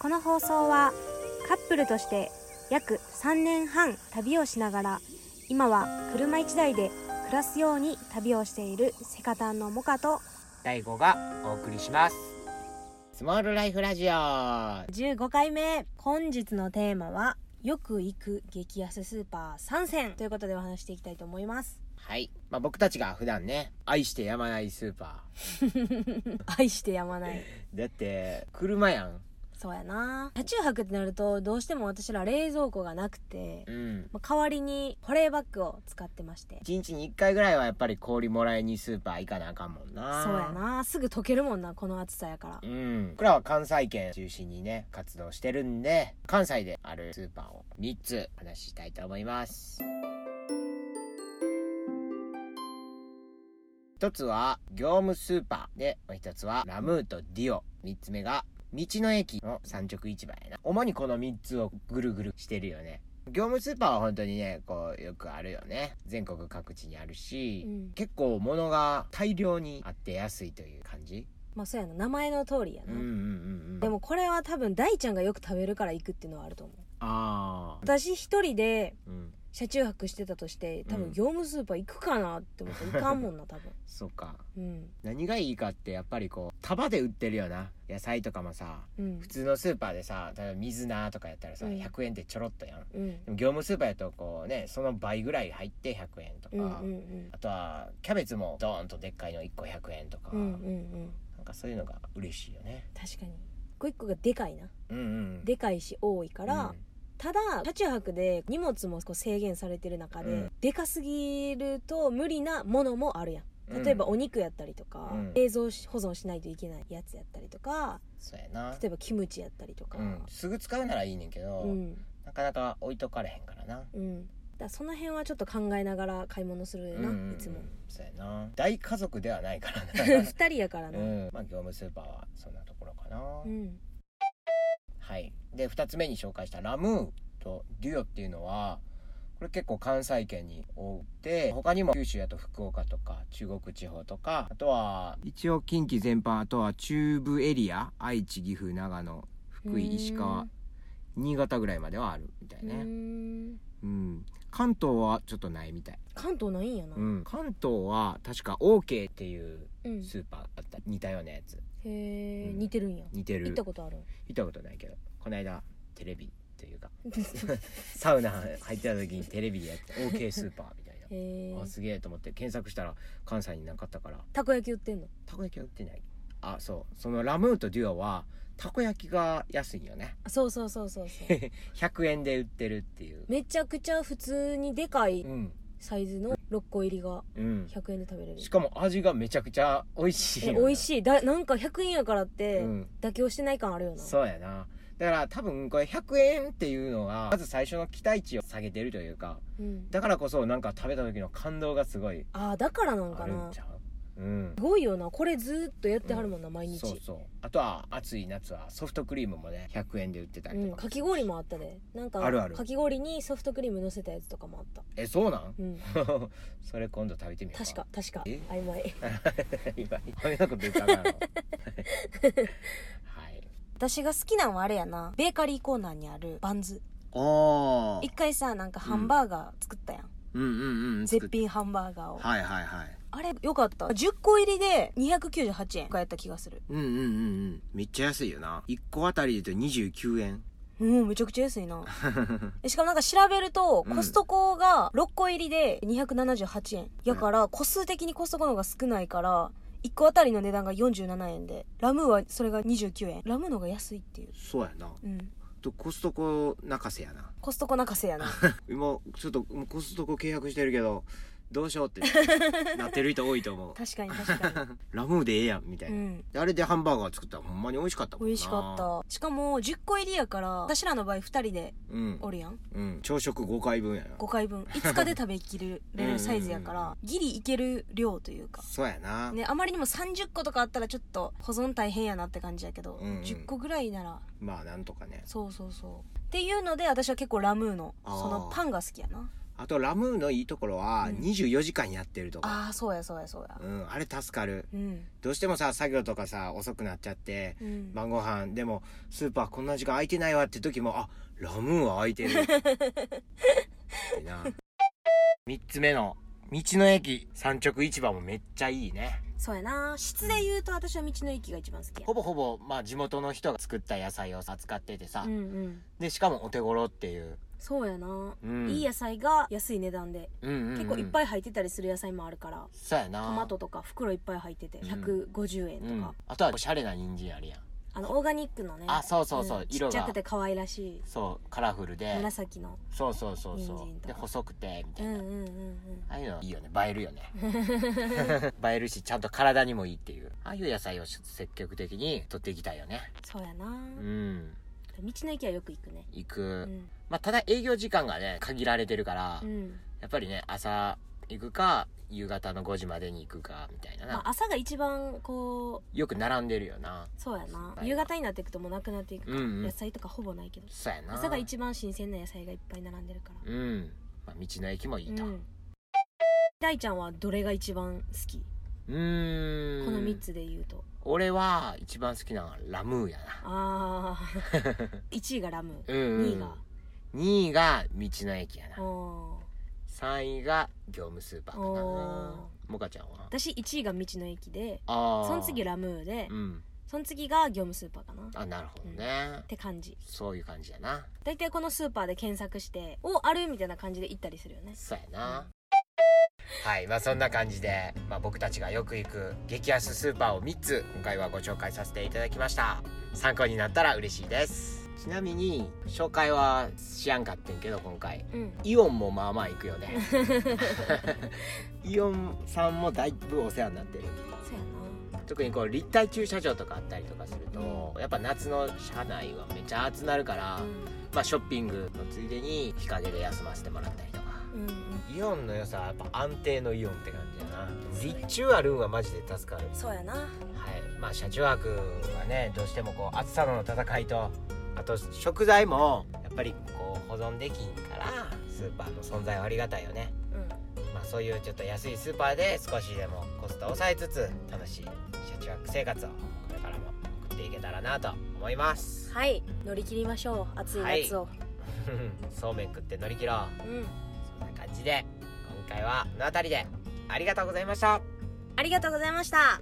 この放送はカップルとして約3年半旅をしながら今は車1台で暮らすように旅をしているセカタンのモカと第5がお送りしますスモールライフラジオは15回目本日のテーマはよく行く激安スーパー参戦ということでお話していきたいと思い ますい、まあ、僕たちが普段ね愛してやまないスーパ愛してやまないーだって車やんそうやな車中泊ってなるとどうしても私ら冷蔵庫がなくてう、んまあ代わりに保冷バッグを使ってまして1日に1回ぐらいはやっぱり氷もらいにスーパー行かなあかんもんなそうやなすぐ溶けるもんなこの暑さやからうん僕らは関西圏中心にね活動してるんで関西であるスーパーを3つお話ししたいと思います一つは業務スーパーでもう一つはラムーとディオ3つ目が道の駅の産直市場やな主にこの3つをぐるぐるしてるよね業務スーパーは本当にねこうよくあるよね全国各地にあるし、うん結構物が大量にあって安いという感じまあそうやな名前の通りやうな、んうんうんうんでもこれは多分大ちゃんがよく食べるから行くっていうのはあると思うああ、私一人でうん、車中泊してたとして多う分ん業務スーパー行くかなって思ったら行かんもんな多分 そうかうん何がいいかってやっぱりこう束で売ってるよな野菜とかもさうん普通のスーパーでさ例えば水菜とかやったらさ、うん100円でちょろっとやんうんでも業務スーパーやとこうねその倍ぐらい入って100円とか、うんうんうんあとはキャベツもドーンとでっかいの1個100円とか、うんうんうんなんかそういうのが嬉しいよね確かに一個一個がでかいなうんうんでかいし多いか、からただ車中泊で荷物もこう制限されてる中で、うんでかすぎると無理なものもあるやん例えばお肉やったりとか、うん冷蔵保存しないといけないやつやったりとかそうやな例えばキムチやったりとかうん、すぐ使うならいいねんけど、うんなかなか置いとかれへんからなうんだからその辺はちょっと考えながら買い物するよな、いつもそうやな大家族ではないから な2人やからうな、うんんまあ業務スーパーはそんなところかな、うんはいで2つ目に紹介したラムーとデュオっていうのはこれ結構関西圏に多くて他にも九州やと福岡とか中国地方とかあとは一応近畿全般あとは中部エリア愛知岐阜長野福うーん井石川新潟ぐらいまではあるみたいうーねんうん関東はちょっとないみたい、関東ないんやな、うん、関東は確か OK っていううんへスーパーあった似たようなやつえ、うん似てるんや似てる行ったことある見たことないけどこの間テレビというか サウナ入ってた時にテレビでやって OK スーパーみたいへえなあすげえと思って検索したら関西になかったからたこ焼き売ってんのたこ焼きは売ってないあそうそのラムーとデュオはたこ焼きが安いよねあそうそうそうそうそう100円で売ってるっていうめちゃくちゃ普通にでかいうんサイズの6個入りがうん100円で食べれるしかも味がめちゃくちゃ美味しえいよ美な味しいだなんか100円やからってうん妥協してない感あるよなそうやなだから多分これ100円っていうのがまず最初の期待値を下げてるというかうん、だからこそなんか食べた時の感動がすごいああだからなんあかるなんちゃううんすごいよなこれずーっとやってはるもんな、毎そう日そうあとは暑い夏はソフトクリームもね100円で売ってたうりん、とか、かき氷もあったでなんかあるあるかき氷にソフトクリーム乗せたやつとかもあったえそうなん うんそれ今度食べてみよう確か確かえ曖昧 今俺のこと言ったからはい私が好きなのはあれやなベーカリーコーナーにあるバンズお一回さなんかハンバーガー作ったやん、うんうんうん絶品ハンバーガーをはいはいはいあれよかった10個入りで298円とかやった気がするうんうんうんうんめっちゃ安いよな1個あたりで言うと29円 うんめちゃくちゃ安いなえしかもなんか調べると、うんコストコが6個入りで278円やから、個数的にコストコの方が少ないから1個あたりの値段が47円でラムはそれが29円ラムのが安いっていうそうやなうんとコストコ泣かせやなコストコ泣かせや な今ちょっとコストコ契約してるけどどうしようってなってる人多い と思う確かに確かラムーでええやん みたいにうな、んであれでハンバーガー作ったらほんまに美味しかったもんな美味しかったしかも10個入りやから私らの場合2人でうん、おるやんうん、朝食5回分やな5回分5日で食べきれるサイズやかうんうんらギリいける量というかそうやな、ね、あまりにも30個とかあったらちょっと保存大変やなって感じやけど、うんうん10個ぐらいならまあなんとかねそうそうそうっていうので私は結構ラムーのあーそのパンが好きやなあとラムーのいいところはうん24時間やってるとか、ああそうやそうやそうやうん、あれ助かるうん、どうしてもさ作業とかさ遅くなっちゃってうん、晩ご飯でもスーパーこんな時間空いてないわって時もあラムーは空いてるってな3つ目の道の駅産直市場もめっちゃいいねそうやな質で言うと私は道の駅が一番好きやほぼほぼ、まあ、地元の人が作った野菜を扱っててさ、うんうんでしかもお手頃っていう、そうやな、うん、いい野菜が安い値段で、うんうんうん、結構いっぱいい入ってたりする野菜もあるからそうやなトマトとか袋いっぱい入っててうん150円とか、うん、あとはおしゃれな人参あるやんあのオーガニックのねあそうそうそうん色がちっちゃくて可愛らしいそうカラフルで紫のそうそうそう人そ参とうかで細くてみたういんな、うんうんああいうのいいよね映えるよ ね映えるしちゃんと体にもいいっていうああいう野菜を積極的に取っていきたいよねそうやな、うん道の駅はよく行くね行く、うん、まあただ営業時間がね限られてるから、うんやっぱりね朝行くか夕方の5時までに行くかみたいなな、まあ、朝が一番こよく並んでるよなうそうやなはい夕方になっていくともうなくなっていくから、うんうん野菜とかほぼないけどそうやな朝が一番新鮮な野菜がいっぱい並んでるからうん、まあ、道の駅もいいとううん大ちゃんはどれが一番好き、ーんこの3つで言うと俺は一番好きなのはラムーやなああ1 位がラムうん、うん、 2位が2位が道の駅やなおー3位が業務スーパーかなおもかちゃんは私1位が道の駅でああその次ラムーで、うんその次が業務スーパーかなっあなるほどね、て感じそういう感じやな大体このスーパーで検索して「おある?」みたいな感じで行ったりするよねそうやな、はいまあそんな感じで、まあ、僕たちがよく行く激安スーパーを3つ今回はご紹介させていただきました参考になったら嬉しいですちなみに紹介はしやんかってんけど今回うんイオンもまあまあ行くよ ねイオンさんもだいぶお世話になってるそうやな特にこう立体駐車場とかあったりとかするとやっぱ夏の車内はめちゃ暑なるから、まあ、ショッピングのついでに日陰で休ませてもらったりとかうんうんイオンの良さはやっぱ安定のイオンって感じやな立中あるんはマジで助かるそうやなはいまあ車中泊はねどうしてもこう暑さとの戦いとあと食材もやっぱりこう保存できんからスーパーの存在はありがたいよねうんまあそういうちょっと安いスーパーで少しでもコストを抑えつつ楽しい車中泊生活をこれからも送っていけたらなと思いま すはい乗り切りましょう暑い夏を、そうめん食って乗り切ろううんそんな感じで今回はこの辺りでありがとうございましたありがとうございました